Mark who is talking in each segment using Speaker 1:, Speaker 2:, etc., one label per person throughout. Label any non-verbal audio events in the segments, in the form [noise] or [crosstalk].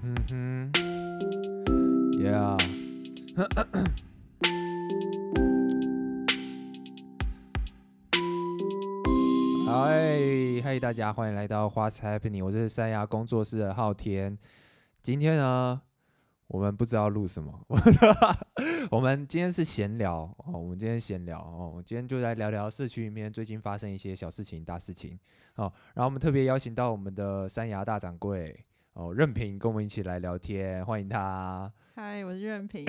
Speaker 1: 嗯哼，Yeah，嗨哎嗨，大家欢迎来到花菜 Happy，我是三牙工作室的昊天。今天呢，我们不知道录什么， [laughs] 我们今天是闲聊哦，我们今天闲聊哦，我今天就来聊聊社区里面最近发生一些小事情、大事情哦。然后我们特别邀请到我们的三牙大掌柜哦，任平跟我们一起来聊天，欢迎他。
Speaker 2: 嗨，我是
Speaker 1: [laughs]
Speaker 2: 任平。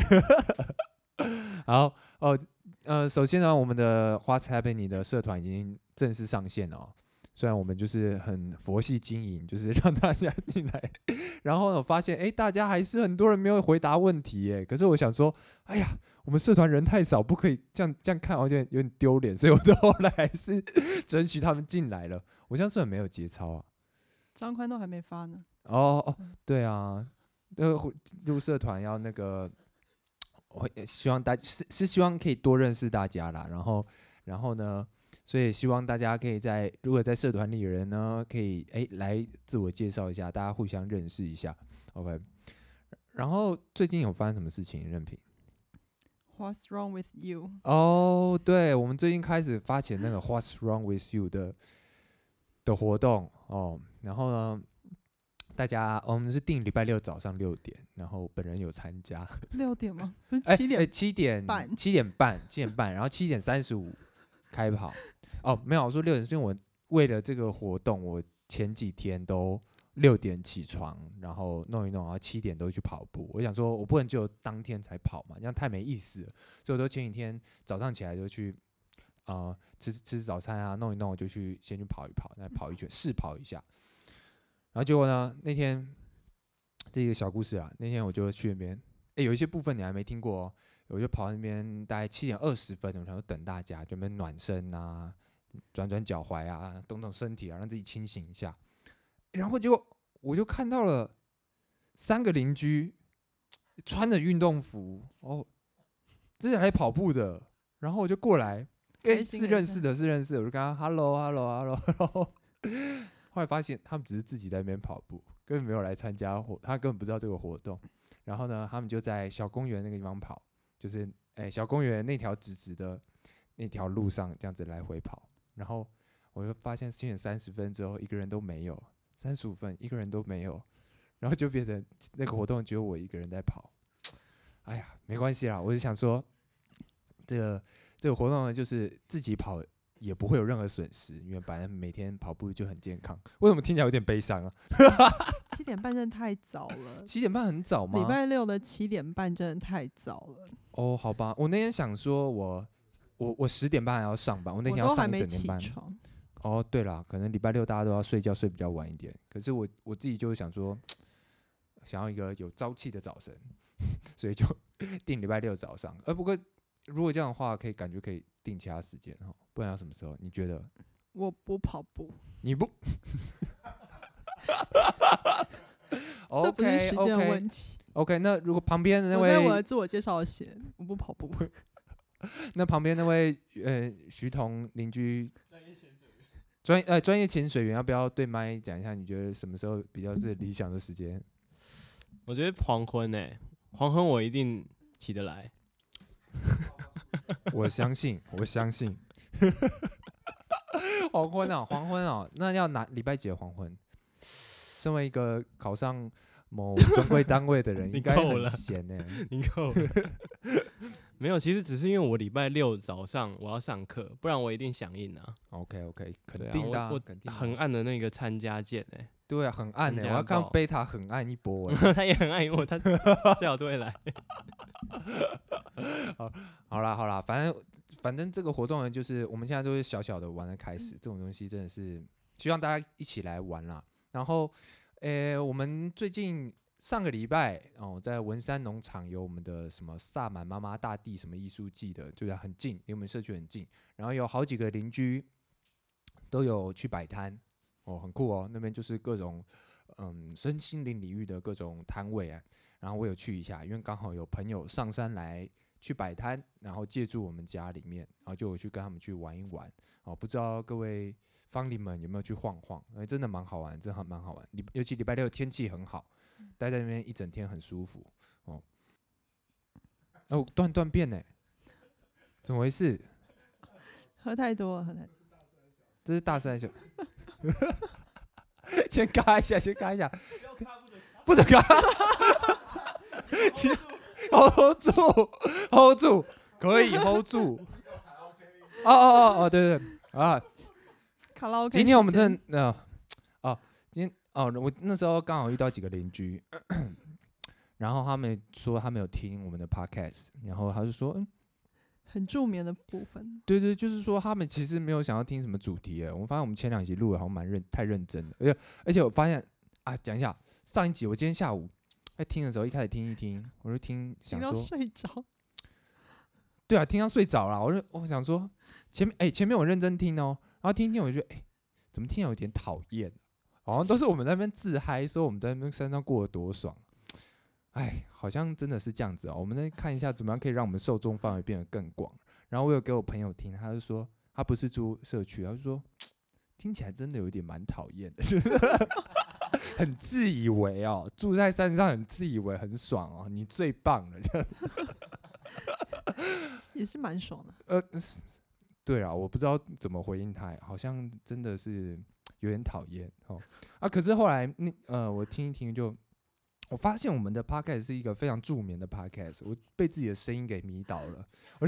Speaker 1: 好，哦，呃，首先呢，我们的 What's Happening 的社团已经正式上线了哦。虽然我们就是很佛系经营，就是让大家进来，然后呢，我发现诶，大家还是很多人没有回答问题耶。可是我想说，哎呀，我们社团人太少，不可以这样这样看，好像有点丢脸，所以我到后来还是 [laughs] 争取他们进来了。我这样是很没有节操啊。
Speaker 2: 张宽都还没发呢，
Speaker 1: 哦哦，对啊，呃，会入社团要那个，我也希望大是是希望可以多认识大家啦，然后然后呢，所以希望大家可以在如果在社团里的人呢，可以诶来自我介绍一下，大家互相认识一下，OK。然后最近有发生什么事情？任平
Speaker 2: What's wrong with
Speaker 1: [laughs]
Speaker 2: you？
Speaker 1: 哦，对，我们最近开始发起那个 What's Wrong with You 的的活动哦，然后呢，大家、哦我们是定礼拜六早上六点，然后本人有参加，
Speaker 2: 六点
Speaker 1: [laughs]
Speaker 2: 吗？不是
Speaker 1: 哎
Speaker 2: 七
Speaker 1: 哎
Speaker 2: 点？
Speaker 1: 七点
Speaker 2: 半
Speaker 1: 七点半七点半，然后七点三十五开 [laughs] 跑。哦，没有，我说六点是因为我为了这个活动，我前几天都六点起床，然后弄一弄，然后七点都去跑步。我想说，我不能就当天才跑嘛，这样太没意思了。所以我都前几天早上起来就去。呃，吃吃早餐啊，弄一弄，就去先去跑一跑，再跑一圈试跑一下。然后结果呢，那天这个小故事啊，那天我就去那边，诶，有一些部分你还没听过哦，我就跑到那边大概七点二十分，我想说等大家，准备暖身啊，转转脚踝啊，动动身体啊，让自己清醒一下。然后结果我就看到了三个邻居穿着运动服，哦，这是来跑步的，然后我就过来，诶，
Speaker 2: 开心
Speaker 1: 是
Speaker 2: 人
Speaker 1: 认识的，是认识的，我就跟他 hello hello hello，然 [laughs] 后后来发现他们只是自己在那边跑步，根本没有来参加活，他根本不知道这个活动。然后呢，他们就在小公园那个地方跑，就是诶、小公园那条直直的那条路上这样子来回跑。然后我就发现七点三十分之后一个人都没有，三十五分一个人都没有，然后就变成那个活动只有我一个人在跑。哎呀，没关系啦，我就想说，这个这个活动呢，就是自己跑也不会有任何损失，因为反正每天跑步就很健康。为什么听起来有点悲伤啊？
Speaker 2: 七点半真的太早
Speaker 1: [laughs]
Speaker 2: 了，
Speaker 1: 七点半很早吗？
Speaker 2: 礼拜六的七点半真的太早了，
Speaker 1: 哦，好吧，我那天想说我我我十点半还要上班，我那
Speaker 2: 我
Speaker 1: 天要
Speaker 2: 都还
Speaker 1: 上一
Speaker 2: 没
Speaker 1: 整天
Speaker 2: 起
Speaker 1: 班。
Speaker 2: 床。
Speaker 1: 哦，对啦，可能礼拜六大家都要睡觉，睡比较晚一点。可是我我自己就是想说，想要一个有朝气的早晨， [laughs] 所以就 [laughs] 定礼拜六早上。呃，不过如果这样的话，可以感觉可以定其他时间哈，不然要什么时候？你觉得？
Speaker 2: 我不跑步，
Speaker 1: 你不
Speaker 2: [laughs] 这不是
Speaker 1: ？OK
Speaker 2: 时间的
Speaker 1: OK
Speaker 2: 问题。
Speaker 1: OK，那如果旁边的那
Speaker 2: 我在我
Speaker 1: 位
Speaker 2: 的自我介绍写，我不跑
Speaker 1: [laughs]
Speaker 2: 步。
Speaker 1: 那旁边那位呃徐彤邻居专呃专业潜水员，要不要对麦讲一下？你觉得什么时候比较是理想的时间？ [laughs]
Speaker 3: 我觉得黄昏诶、黄昏我一定起得来。
Speaker 1: 我相信，我相信。 [laughs] 黄昏啊，黄昏啊，那要哪礼拜几的黄昏？身为一个考上某中规单位的
Speaker 3: [laughs]
Speaker 1: 人，
Speaker 3: 你
Speaker 1: 应该
Speaker 3: 够
Speaker 1: 很
Speaker 3: 了
Speaker 1: 闲呢、
Speaker 3: [laughs] 你够了 [laughs] 没有，其实只是因为我礼拜六早上我要上课，不然我一定响应啊。
Speaker 1: OK OK，
Speaker 3: 对
Speaker 1: 肯
Speaker 3: 啊
Speaker 1: 定的、
Speaker 3: 我我
Speaker 1: 肯定的
Speaker 3: 很暗的那个参加键诶、
Speaker 1: 对啊，很暗呢、
Speaker 3: 很
Speaker 1: 我要
Speaker 3: 家
Speaker 1: 看
Speaker 3: 暴
Speaker 1: 贝塔很暗一波、欸。
Speaker 3: [laughs] 他也很爱我，他最好就会来。
Speaker 1: 好啦好啦，反正反正这个活动呢，就是我们现在都是小小的玩的开始，这种东西真的是希望大家一起来玩啦。然后，诶、我们最近上个礼拜哦，在文山农场有我们的什么萨满妈妈大地什么艺术季的，就是很近，离我们社区很近。然后有好几个邻居都有去摆摊，哦，很酷哦。那边就是各种嗯身心灵领域的各种摊位啊。然后我有去一下，因为刚好有朋友上山来去摆摊，然后借住我们家里面，然后就有去跟他们去玩一玩。哦，不知道各位芳邻们有没有去晃晃？哎，真的蛮好玩，真的蛮好玩。礼尤其礼拜六天气很好，待在那边一整天很舒服哦。哦，断断变呢？怎么回事？
Speaker 2: 喝太多了，喝太多了。
Speaker 1: 这是大三小， [laughs] 先嘎一下，先嘎一下，不准嘎， [laughs] 其 hold 住，hold 住，可以 hold [laughs] 住。哦哦哦哦，对对对啊，
Speaker 2: 卡拉 OK 时间。
Speaker 1: 今天我们真的呃哦，今天哦，我那时候刚好遇到几个邻居，然后他们说他们有听我们的 podcast，然后他就说，嗯，
Speaker 2: 很助眠的部分，
Speaker 1: 对对，就是说他们其实没有想要听什么主题诶。我发现我们前两集录的好像蛮认太认真了，而且而且我发现啊，讲一下上一集，我今天下午在听的时候，一开始听一听，我就听
Speaker 2: 听
Speaker 1: 想
Speaker 2: 到
Speaker 1: 说，
Speaker 2: 睡着。
Speaker 1: 对啊，听到睡着了，我就我想说前面哎、前面我认真听哦，然后听一听我就觉得哎、怎么听起来有点讨厌，啊好像都是我们在那边自嗨，说我们在那边山上过得多爽，哎，好像真的是这样子哦。我们再看一下怎么样可以让我们受众范围变得更广。然后我有给我朋友听，他就说他不是住社区，他就说听起来真的有点蛮讨厌的， [laughs] 很自以为哦，住在山上很自以为很爽哦，你最棒了。
Speaker 2: 也是蛮爽的。
Speaker 1: 呃，是对啊，我不知道怎么回应他，欸好像真的是有点讨厌哦啊。可是后来那呃，我听一听就，我发现我们的 podcast 是一个非常助眠的 podcast，我被自己的声音给迷倒了，
Speaker 2: 我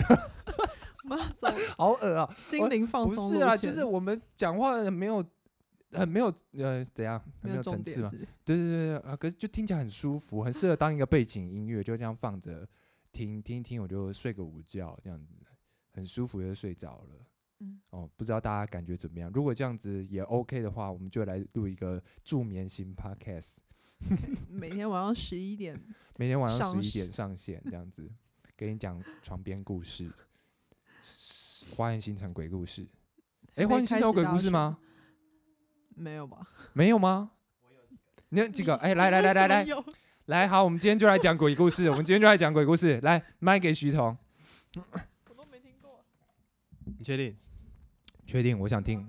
Speaker 2: 们要
Speaker 1: [laughs]
Speaker 2: 走
Speaker 1: 好恶啊！
Speaker 2: 心灵放
Speaker 1: 不
Speaker 2: 松
Speaker 1: 是
Speaker 2: 路
Speaker 1: 啊，
Speaker 2: 线
Speaker 1: 就是我们讲话很没有很没有呃怎样很
Speaker 2: 没
Speaker 1: 没有层
Speaker 2: 重
Speaker 1: 次
Speaker 2: 点
Speaker 1: 嘛？
Speaker 2: 是，
Speaker 1: 对对对对啊，可是就听起来很舒服，很适合当一个背景音乐，就这样放着听听一听，我就睡个午觉，这样子很舒服就睡着了。
Speaker 2: 嗯，
Speaker 1: 哦，不知道大家感觉怎么样？如果这样子也 OK 的话，我们就来录一个助眠型 Podcast，
Speaker 2: 每天晚上十一点
Speaker 1: 每天晚上
Speaker 2: 上
Speaker 1: 十一点上线，这样子给你讲床边故事，是花园新城鬼故事。诶，花
Speaker 2: 被
Speaker 1: 园新
Speaker 2: 开
Speaker 1: 城有
Speaker 2: 始
Speaker 1: 鬼
Speaker 2: 到
Speaker 1: 故事
Speaker 2: 什
Speaker 1: 吗？
Speaker 2: 没有吧？
Speaker 1: 没有吗？你有几个？诶，来来来来
Speaker 2: [laughs]
Speaker 1: 来，
Speaker 2: 有
Speaker 1: 来，好，我们今天就来讲鬼故 [laughs] 事。我们今天就来讲鬼故事。来，麦给徐彤。
Speaker 2: 我都没听过。
Speaker 3: 你确定
Speaker 1: 确定，我想听。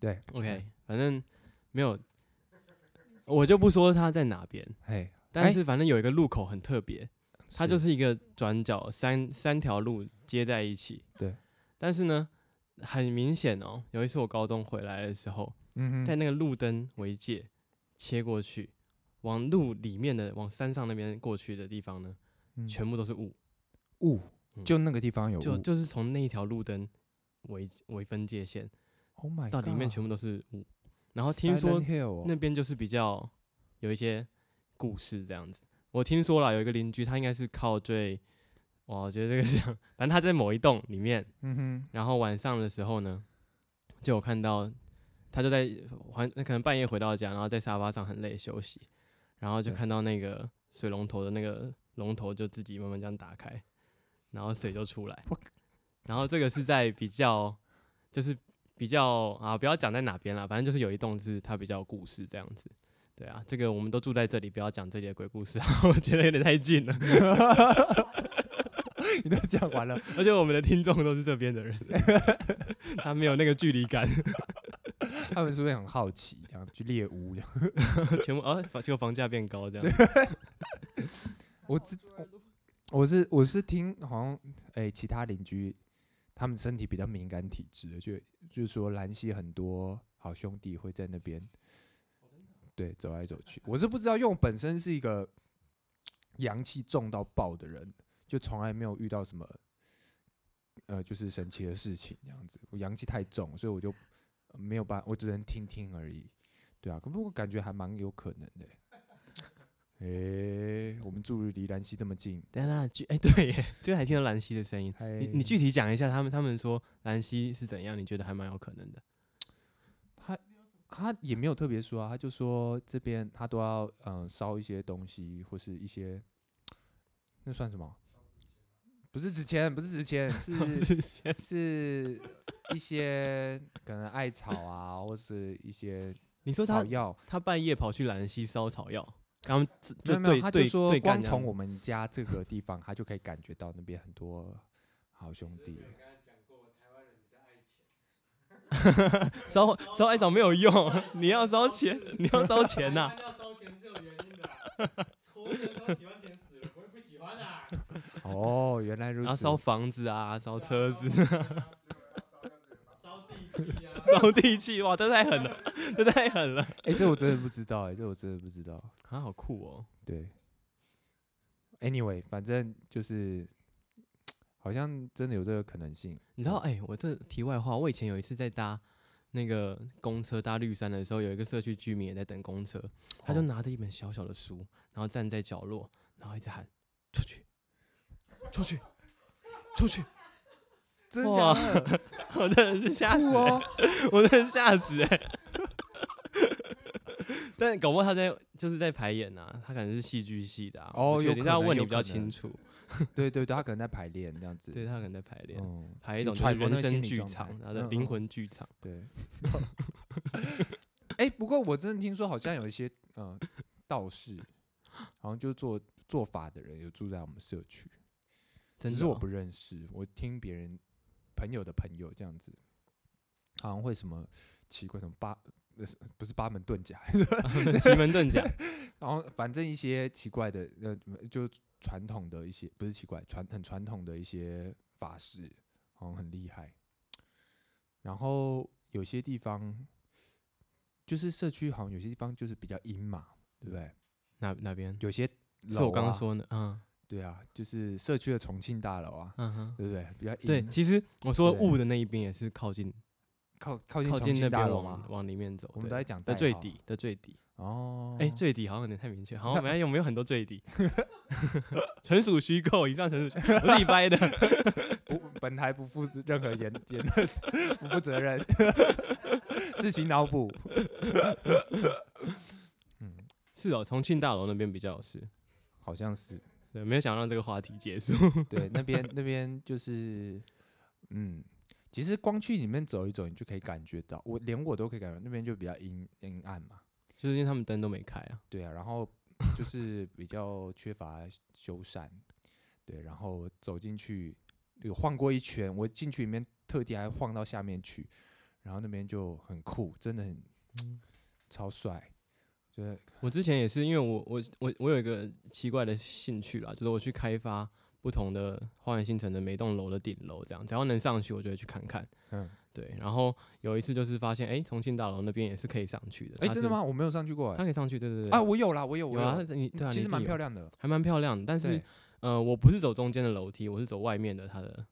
Speaker 1: 对，
Speaker 3: ？OK，反正没有，我就不说它在哪边，
Speaker 1: 嘿，
Speaker 3: 但是反正有一个路口很特别，它就是是一个转角，三三条路接在一起。
Speaker 1: 对，
Speaker 3: 但是呢，很明显哦，有一次我高中回来的时候，
Speaker 1: 嗯
Speaker 3: 在
Speaker 1: 哼，
Speaker 3: 那个路灯为界切过去，往路里面的往山上那边过去的地方呢，
Speaker 1: 嗯
Speaker 3: 全部都是雾，
Speaker 1: 雾，
Speaker 3: 嗯
Speaker 1: 就那个地方有
Speaker 3: 就
Speaker 1: 雾。
Speaker 3: 就是从那一条路灯为为分界线
Speaker 1: Oh my
Speaker 3: 到
Speaker 1: god！
Speaker 3: 里面全部都是雾。然后听说
Speaker 1: Silent Hill 哦
Speaker 3: 那边就是比较有一些故事这样子。我听说了，有一个邻居，他应该是靠最，哇我觉得这个像，反正他在某一栋里面，
Speaker 1: 嗯
Speaker 3: 然后晚上的时候呢，就有看到他就在还可能半夜回到家，然后在沙发上很累休息，然后就
Speaker 1: 对
Speaker 3: 看到那个水龙头的那个龙头就自己慢慢这样打开，然后水就出来
Speaker 1: 我。
Speaker 3: 然后这个是在比较，就是比较啊，不要讲在哪边啦，反正就是有一栋是它比较有故事这样子。对啊，这个我们都住在这里，不要讲这里的鬼故事啊， [laughs] 我觉得有点太近
Speaker 1: [laughs]
Speaker 3: 了。
Speaker 1: [laughs] 哼，你都讲完了。
Speaker 3: [laughs] 而且我们的听众都是这边的人， [laughs] 他没有那个距离感， [laughs]
Speaker 1: 他们是不是很好奇，这样去猎巫？这样
Speaker 3: 全部啊，结果房价变高这样。
Speaker 1: 我知，我我是我是听好像哎、其他邻居他们身体比较敏感体质的，就就是说兰溪很多好兄弟会在那边，对，走来走去。我是不知道，因为我本身是一个阳气重到爆的人，就从来没有遇到什么呃，就是神奇的事情这样子。我阳气太重，所以我就呃没有办法，我只能听听而已。对啊，可不过感觉还蛮有可能的欸、诶、我们住离兰溪这么近，
Speaker 3: 等一下，具哎、对耶，最后还听到兰溪的声音。你你
Speaker 1: 嘿
Speaker 3: 具体讲一下，他们他们说兰溪是怎样？你觉得还蛮有可能的。 [laughs]
Speaker 1: 他他也没有特别说啊，他就说这边他都要嗯烧一些东西或是一些那算什么？不是纸钱，不是纸
Speaker 3: [laughs]
Speaker 1: 钱，是是一些可能艾草啊，或是一些
Speaker 3: 你说
Speaker 1: 草
Speaker 3: 他
Speaker 1: 药。
Speaker 3: 他半夜跑去兰溪烧草药，他们自
Speaker 1: 没
Speaker 3: 就
Speaker 1: 有没有，
Speaker 3: 对
Speaker 1: 他就
Speaker 3: 对
Speaker 1: 说
Speaker 3: 对干
Speaker 1: 光
Speaker 3: 这
Speaker 1: 从
Speaker 3: 样
Speaker 1: 我们家这个地方，他就可以感觉到那边很多好兄弟。
Speaker 3: [laughs]
Speaker 1: [laughs]
Speaker 3: 烧烧艾草没有用，你要烧钱，你要烧钱呐、活着的时候喜欢钱，死了不会不喜欢啊。
Speaker 1: 哦，原来如
Speaker 3: 然后
Speaker 1: 此。
Speaker 3: 烧房子啊，烧车子， [laughs]
Speaker 4: 烧地契啊，
Speaker 3: 烧地契，哇，这太狠了，这太狠了。
Speaker 1: 哎、这我真的不知道、哎，这我真的不知道。
Speaker 3: 啊，好酷哦。
Speaker 1: 对，anyway，反正就是，好像真的有这个可能性。
Speaker 3: 你知道，哎、我这题外话，我以前有一次在搭那个公车搭绿山的时候，有一个社区居民也在等公车，他就
Speaker 1: 哦
Speaker 3: 拿着一本小小的书，然后站在角落，然后一直喊出去，出去，出去，
Speaker 1: 真
Speaker 3: 的
Speaker 1: 假
Speaker 3: 假
Speaker 1: 的？
Speaker 3: [laughs] 我真的是吓死、
Speaker 1: 酷
Speaker 3: 欸，
Speaker 1: 哦！
Speaker 3: 我真的吓死、欸， [laughs] 但搞不好他在就是在排演呐、啊，他可能是戏剧系的、啊，我不
Speaker 1: 哦
Speaker 3: 确
Speaker 1: 有
Speaker 3: 定
Speaker 1: 可
Speaker 3: 他要
Speaker 1: 能
Speaker 3: 问你
Speaker 1: 有
Speaker 3: 比
Speaker 1: 可
Speaker 3: 较
Speaker 1: 能
Speaker 3: 清楚，
Speaker 1: [laughs] 对对对，他可能在排练这样子。
Speaker 3: 对他可能在排练，
Speaker 1: 嗯，
Speaker 3: 排一
Speaker 1: 去
Speaker 3: 种就
Speaker 1: 揣
Speaker 3: 是
Speaker 1: 摩那
Speaker 3: 人
Speaker 1: 个心
Speaker 3: 生
Speaker 1: 理
Speaker 3: 剧
Speaker 1: 状
Speaker 3: 场，
Speaker 1: 态
Speaker 3: 然后的
Speaker 1: 嗯
Speaker 3: 灵
Speaker 1: 嗯
Speaker 3: 魂剧场， [laughs]
Speaker 1: 对。哎、不过我真的听说，好像有一些嗯、呃道士，好像就做做法的人，有住在我们社区，
Speaker 3: 真
Speaker 1: 只
Speaker 3: 的
Speaker 1: 是我
Speaker 3: 哦
Speaker 1: 不认识，我听别人朋友的朋友这样子，好像会什么奇怪什么八。呃是不是八门遁甲，
Speaker 3: [laughs] 奇门遁甲，
Speaker 1: 然后反正一些奇怪的，呃，就传统的一些不是奇怪，传很传统的一些法式，好像很厉害。然后有些地方，就是社区好像有些地方就是比较阴嘛，对不对？
Speaker 3: 哪哪边？
Speaker 1: 有些
Speaker 3: 是我
Speaker 1: 楼
Speaker 3: 刚
Speaker 1: 啊
Speaker 3: 刚说的，嗯
Speaker 1: 对啊，就是社区的重庆大楼啊，
Speaker 3: 嗯哼，
Speaker 1: 对不对？比较阴
Speaker 3: 对，其实我说
Speaker 1: 对
Speaker 3: 雾的那一边也是靠近
Speaker 1: 靠靠近
Speaker 3: 靠
Speaker 1: 重
Speaker 3: 近
Speaker 1: 庆
Speaker 3: 那
Speaker 1: 大
Speaker 3: 边
Speaker 1: 楼
Speaker 3: 往
Speaker 1: 嘛，
Speaker 3: 往里面走，
Speaker 1: 我们都
Speaker 3: 对
Speaker 1: 在讲
Speaker 3: 的
Speaker 1: 代
Speaker 3: 最
Speaker 1: 号
Speaker 3: 底的最底，
Speaker 1: 哦。
Speaker 3: 哎，最底好像有点太明确，
Speaker 1: [laughs]
Speaker 3: 好像没有没有很多最底， [laughs] 纯属虚构，以上纯属虚构，我自己掰的， [laughs]
Speaker 1: 不，本台不负责任 [laughs] 何言言论，不负责任， [laughs] 自行脑补。嗯，
Speaker 3: 是哦，重庆大楼那边比较有事，
Speaker 1: 好像是
Speaker 3: 对，没有想让这个话题结束， [laughs]
Speaker 1: 对那边那边就是，嗯，其实光去里面走一走，你就可以感觉到，我连我都可以感觉到那边就比较阴阴暗嘛。
Speaker 3: 就是因为他们灯都没开啊，
Speaker 1: 对啊，然后就是比较缺乏修缮，对，然后走进去有晃过一圈，我进去里面特地还晃到下面去，然后那边就很酷，真的很
Speaker 3: 嗯
Speaker 1: 超帅，就是
Speaker 3: 我之前也是，因为我我我我有一个奇怪的兴趣啦，就是我去开发不同的花园新城的每栋楼的顶楼，这样只要能上去，我就会去看看。
Speaker 1: 嗯，
Speaker 3: 对，然后有一次就是发现，哎、重庆大楼那边也是可以上去的。
Speaker 1: 哎、
Speaker 3: 它
Speaker 1: 真的
Speaker 3: 是？
Speaker 1: 吗？我没有上去过、
Speaker 3: 它
Speaker 1: 欸，
Speaker 3: 可以上去，对对对。
Speaker 1: 啊，，我有啦，我有，我
Speaker 3: 有啊，你
Speaker 1: 嗯
Speaker 3: 对啊，
Speaker 1: 其
Speaker 3: 你
Speaker 1: 实
Speaker 3: 一
Speaker 1: 蛮
Speaker 3: 定
Speaker 1: 漂
Speaker 3: 有，
Speaker 1: 亮的，
Speaker 3: 还蛮漂亮的。但是
Speaker 1: 对，
Speaker 3: 呃，我不是走中间的楼梯，我是走外面的它的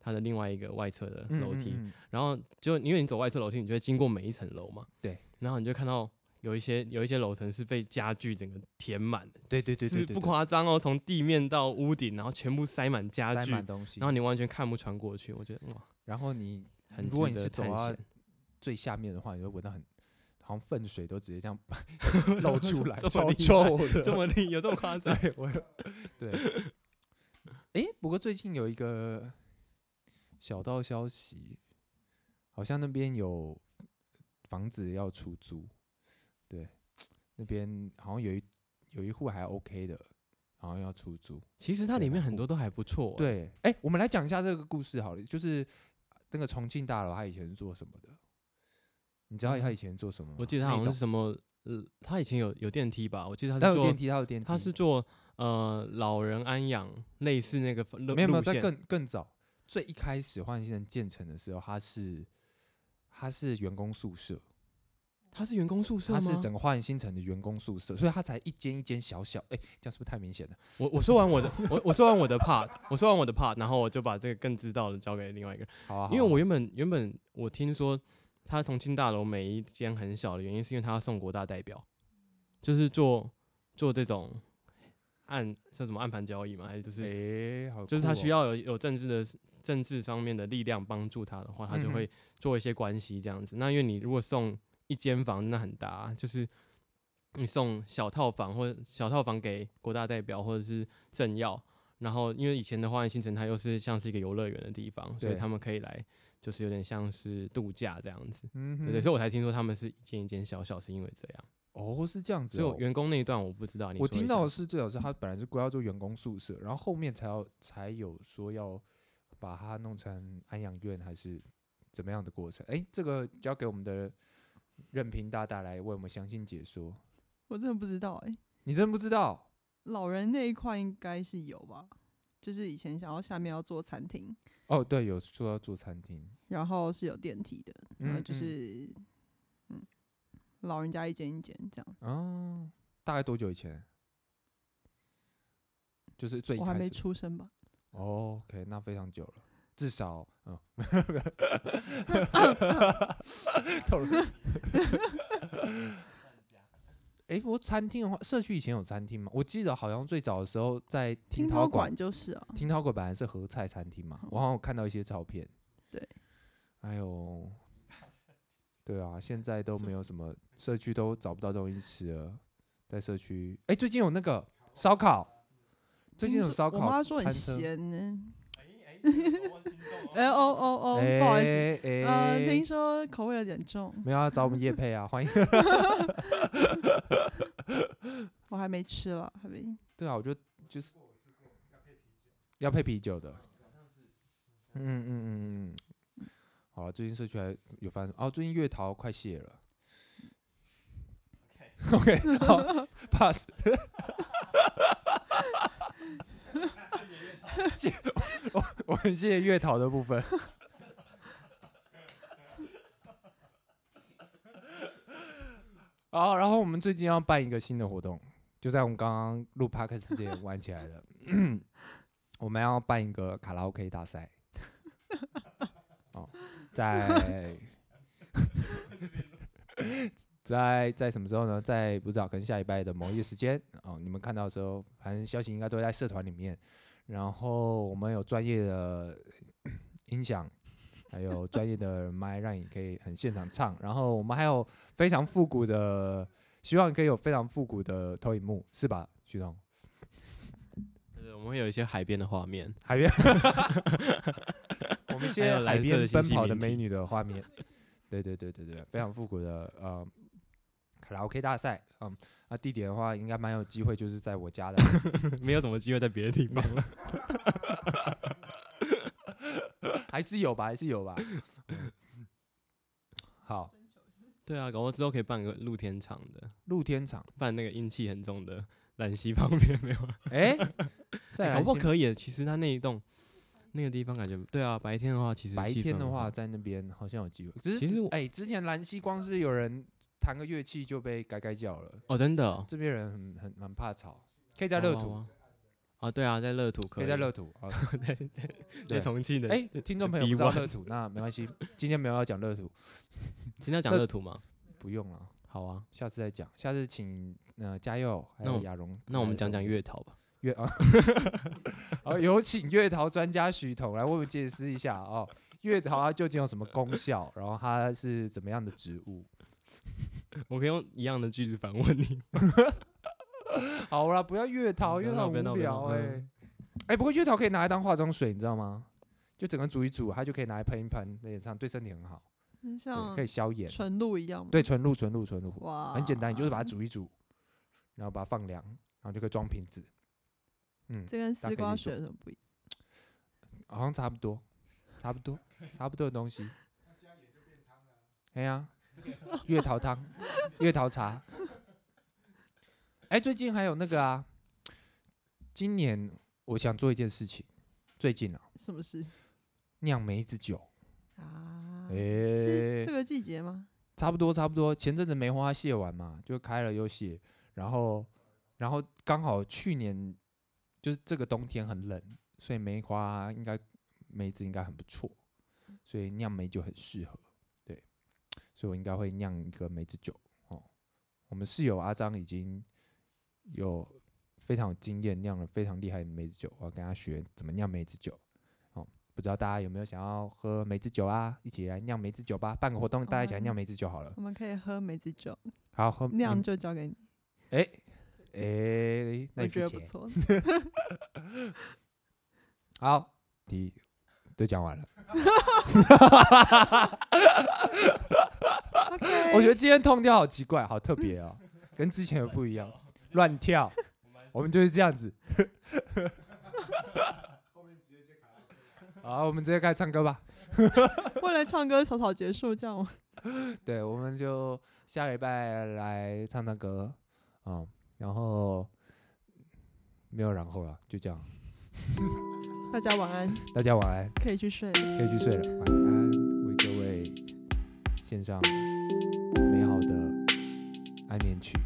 Speaker 3: 它的另外一个外侧的
Speaker 1: 嗯
Speaker 3: 楼梯。
Speaker 1: 嗯嗯
Speaker 3: 然后就因为你走外侧楼梯，你就会经过每一层楼嘛。
Speaker 1: 对。
Speaker 3: 然后你就看到有一些有一些楼层是被家具整个填满的，
Speaker 1: 对对对对
Speaker 3: 是
Speaker 1: 对，
Speaker 3: 不
Speaker 1: 对
Speaker 3: 夸张哦，从地面到屋顶，然后全部塞满家
Speaker 1: 塞
Speaker 3: 具，
Speaker 1: 满东西，
Speaker 3: 然后你完全看不穿过去。我觉得哇，
Speaker 1: 然后你
Speaker 3: 很
Speaker 1: 如果
Speaker 3: 值
Speaker 1: 你
Speaker 3: 得
Speaker 1: 是走啊到
Speaker 3: 探险
Speaker 1: [laughs] 最下面的话，你会闻到很好像粪水都直接这样 [laughs] 露出来，
Speaker 3: 这么
Speaker 1: 超
Speaker 3: 厉害
Speaker 1: 臭的，
Speaker 3: 这么厉有这么夸张？
Speaker 1: [laughs] 对，我有对。哎、不过最近有一个小道消息，好像那边有房子要出租，对，那边好像有一有一户还 OK 的，好像要出租。
Speaker 3: [laughs] 其实它
Speaker 1: 对
Speaker 3: 里面
Speaker 1: 很
Speaker 3: 很
Speaker 1: 酷
Speaker 3: 多都还不错、欸。，
Speaker 1: 对，哎、我们来讲一下这个故事好了，就是那个重庆大楼，他以前是做什么的？你知道他以前做什么吗？
Speaker 3: 嗯我记得它好像是
Speaker 1: 是，
Speaker 3: 什么，呃，它以前有有电梯吧？我记得它
Speaker 1: 他
Speaker 3: 是
Speaker 1: 有
Speaker 3: 做
Speaker 1: 电梯，他有电梯，
Speaker 3: 它是做呃老人安养，类似那个路
Speaker 1: 没有没有，
Speaker 3: 路
Speaker 1: 在
Speaker 3: 线
Speaker 1: 更更早，最一开始换新人建成的时候，它是它是员工宿舍，
Speaker 3: 它是员工宿舍
Speaker 1: 它
Speaker 3: 吗？
Speaker 1: 是整个换新城的员工宿舍，所以它才一间一间小小，哎、这样是不是太明显了？
Speaker 3: 我我说完我的我我说完我的 part，我说完我的 part，然后我就把这个更知道的交给另外一个人，
Speaker 1: 好啊，
Speaker 3: 因为
Speaker 1: 好啊
Speaker 3: 我原本原本我听说他重庆大楼每一间很小的原因是因为他要送国大代表，就是做做这种暗叫什么暗盘交易嘛，还是就是、
Speaker 1: 哎、好
Speaker 3: 就是他
Speaker 1: 酷
Speaker 3: 需
Speaker 1: 哦，
Speaker 3: 要有有政治的政治方面的力量帮助他的话，他
Speaker 1: 嗯
Speaker 3: 就
Speaker 1: 哼
Speaker 3: 会做一些关系这样子。那因为你如果送一间房，那很大啊、就是你送小套房或者小套房给国大代表或者是政要，然后因为以前的花园新城它又是像是一个游乐园的地方，所以
Speaker 1: 对
Speaker 3: 他们可以来，就是有点像是度假这样子。
Speaker 1: 嗯
Speaker 3: 对
Speaker 1: 哼，
Speaker 3: 对，所以我才听说他们是一间一间小小，是因为这样。
Speaker 1: 哦是这样子、
Speaker 3: 所以
Speaker 1: 哦
Speaker 3: 我，员工那一段我不知道，你
Speaker 1: 我
Speaker 3: 说一
Speaker 1: 听到
Speaker 3: 下嗯
Speaker 1: 的是最早是它本来是归要做员工宿舍，然后后面才要才有说要把它弄成安养院还是怎么样的过程？哎、这个交给我们的任平大大来为我们详细解说。
Speaker 2: 我真的不知道哎、
Speaker 1: 你真不知道？
Speaker 2: 老人那一块应该是有吧，就是以前想要下面要做餐厅，
Speaker 1: 哦，对，有说要做餐厅，
Speaker 2: 然后是有电梯的，然后
Speaker 1: 嗯嗯
Speaker 2: 就是嗯老人家一间一间这样，
Speaker 1: 哦，大概多久以前？就是最一
Speaker 2: 我还
Speaker 1: 开
Speaker 2: 没
Speaker 1: 始。
Speaker 2: 出生吧？
Speaker 1: 哦，OK，那非常久了，至少
Speaker 2: [laughs]
Speaker 1: 嗯，透露。哎，不过餐厅的话，社区以前有餐厅吗？我记得好像最早的时候在
Speaker 2: 听
Speaker 1: 听涛
Speaker 2: 馆，就是啊，
Speaker 1: 听涛馆本来是合菜餐厅嘛，我好像有看到一些照片。
Speaker 2: 对，
Speaker 1: 哎呦，对啊，现在都没有什么社区都找不到东西吃了，在社区，哎，最近有那个烧烤，最近
Speaker 2: 听
Speaker 1: 有
Speaker 2: 说
Speaker 1: 烧
Speaker 2: 我妈
Speaker 1: 烤
Speaker 2: 说很
Speaker 1: 餐车。
Speaker 2: 咸呢。 [laughs] 哎哦哦哦，不好意思，
Speaker 1: 哎哎
Speaker 2: 呃，听说口味有点重，
Speaker 1: 没有要找我们叶配啊，欢迎。
Speaker 2: 我还没吃了，还没。
Speaker 1: 对啊，我觉得就是要配啤酒的。嗯嗯嗯嗯嗯。好啊，最近社区还有发生哦，最近月桃快谢了。OK，好 [laughs] ，pass。谢我我们谢谢月桃的部分。好，然后我们最近要办一个新的活动，就在我们刚刚录 p o d c a s 之前玩起来了。 [coughs] 我们要办一个卡拉 OK 大赛，哦，在 [laughs] 在在什么时候呢？在不知道，可能下礼拜的某一个时间哦，你们看到的时候，反正消息应该都会在社团里面。然后我们有专业的 [coughs] 音响，还有专业的麦，让你可以很现场唱。然后我们还有非常复古的，希望可以有非常复古的投影幕，是吧，徐东？
Speaker 3: 就是我们会有一些海边的画面， [laughs]
Speaker 1: 海边， [laughs] 我们现
Speaker 3: 还有
Speaker 1: 在海
Speaker 3: 蓝色
Speaker 1: 边
Speaker 3: 的星
Speaker 1: 奔
Speaker 3: 系
Speaker 1: 跑
Speaker 3: 名
Speaker 1: 的美
Speaker 3: 景
Speaker 1: 女的画面， [laughs] 对对对对对，非常复古的呃卡拉 OK 大赛，嗯，那地点的话应该蛮有机会，就是在我家的 [laughs]
Speaker 3: 没有什么机会在别的地方啊了。
Speaker 1: 还是有吧，还是有吧。嗯好，
Speaker 3: 对啊，搞不好之后可以办个露天场的，
Speaker 1: 露天场，
Speaker 3: 办那个阴气很重的 [laughs] 兰溪旁边没有
Speaker 1: [laughs]
Speaker 3: 啊？ [laughs]
Speaker 1: 哎、在
Speaker 3: 哎搞不好
Speaker 1: 蓝心
Speaker 3: 可以耶。其实它那一栋那个地方感觉，对啊，白天的话其实
Speaker 1: 白
Speaker 3: 气
Speaker 1: 天
Speaker 3: 氛
Speaker 1: 的
Speaker 3: 很
Speaker 1: 话，
Speaker 3: 好，
Speaker 1: 在那边好像有机会。只是
Speaker 3: 其实我
Speaker 1: 哎、之前兰溪光是有人弹个乐器就被改改叫了，
Speaker 3: 哦真的哦
Speaker 1: 这边人很很很怕吵，可以在乐土，
Speaker 3: 啊，哦对啊，在乐土可
Speaker 1: 可
Speaker 3: 以
Speaker 1: 以在乐土啊。对
Speaker 3: 在重庆的。
Speaker 1: 哎、听众朋友不
Speaker 3: 逼
Speaker 1: 知道
Speaker 3: 问
Speaker 1: 乐土，那没关系，今天没有要讲乐土，
Speaker 3: 今天要讲
Speaker 1: 乐
Speaker 3: 乐土吗？
Speaker 1: 不用了，
Speaker 3: 好啊，
Speaker 1: 下次再讲。下次请呃嘉佑还
Speaker 3: 那
Speaker 1: 有
Speaker 3: 我
Speaker 1: 亚荣，
Speaker 3: 那我们讲讲月桃吧。 [laughs]
Speaker 1: 月 [laughs] 啊，好，哦有请月桃专家许彤来为我们解释一下哦，月桃它究竟有什么功效，然后它是怎么样的植物？
Speaker 3: 我可以用一样的句子反问你。
Speaker 1: 好啦，不要月桃，
Speaker 3: 不
Speaker 1: 月
Speaker 3: 要
Speaker 1: 桃
Speaker 3: 闹
Speaker 1: 无
Speaker 3: 不要闹不要
Speaker 1: 聊
Speaker 3: 闹
Speaker 1: 哎、
Speaker 3: 嗯
Speaker 1: 哎、不过月桃可以拿来当化妆水，你知道吗？就整个煮一煮，它就可以拿来喷一喷在脸上，对身体很好，
Speaker 2: 那
Speaker 1: 对，
Speaker 2: 像
Speaker 1: 可以消炎，
Speaker 2: 嗯纯露一样吗？
Speaker 1: 对，纯露纯露纯露。
Speaker 2: 哇，
Speaker 1: 很简单，你就是把它煮一煮，然后把它放凉，然后就可以装瓶子。嗯，
Speaker 2: 这跟
Speaker 1: 大家可以
Speaker 2: 丝瓜
Speaker 1: 去做
Speaker 2: 雪有什么不一样？
Speaker 1: 好像差不多，差不多，差不多的东西。哎呀，月桃汤、月桃茶。哎，最近还有那个啊，今年我想做一件事情，最近啊，
Speaker 2: 什么事
Speaker 1: 酿梅子酒。
Speaker 2: 啊？
Speaker 1: 哎
Speaker 2: 是，这个季节吗？
Speaker 1: 差不多差不多。前阵子梅花谢完嘛，就开了又谢，然后然后刚好去年就是这个冬天很冷，所以梅花应该梅子应该很不错，所以酿梅酒很适合。对，所以我应该会酿一个梅子酒哦。我们室友阿张已经有非常有经验，酿了非常厉害的梅子酒，我要跟他学怎么酿梅子酒。哦，不知道大家有没有想要喝梅子酒啊？一起来酿梅子酒吧，办个活动，大家一起来酿
Speaker 2: 嗯
Speaker 1: 梅子酒好了。
Speaker 2: 我们可以喝梅子酒，
Speaker 1: 好喝你
Speaker 2: 酿
Speaker 1: 们
Speaker 2: 就交给你，
Speaker 1: 哎哎，那
Speaker 2: 我
Speaker 1: 你
Speaker 2: 觉
Speaker 1: 付
Speaker 2: 得不
Speaker 1: 钱。 [laughs]
Speaker 2: 错。
Speaker 1: 好，第一都讲完了。
Speaker 2: 哎
Speaker 1: 我觉得今天痛调好奇怪，好特别哦，跟之前的不一样，乱跳。我们就是这样子。好，我们直接开始唱歌吧。
Speaker 2: 为了唱歌草草结束，这样吗？
Speaker 1: 对，我们就下礼拜来唱唱歌。嗯，然后没有然后了，就这样。
Speaker 2: 大家晚安，
Speaker 1: 大家晚安，
Speaker 2: 可以去睡了。
Speaker 1: 可以去睡了，晚安，为各位献上美好的安眠曲。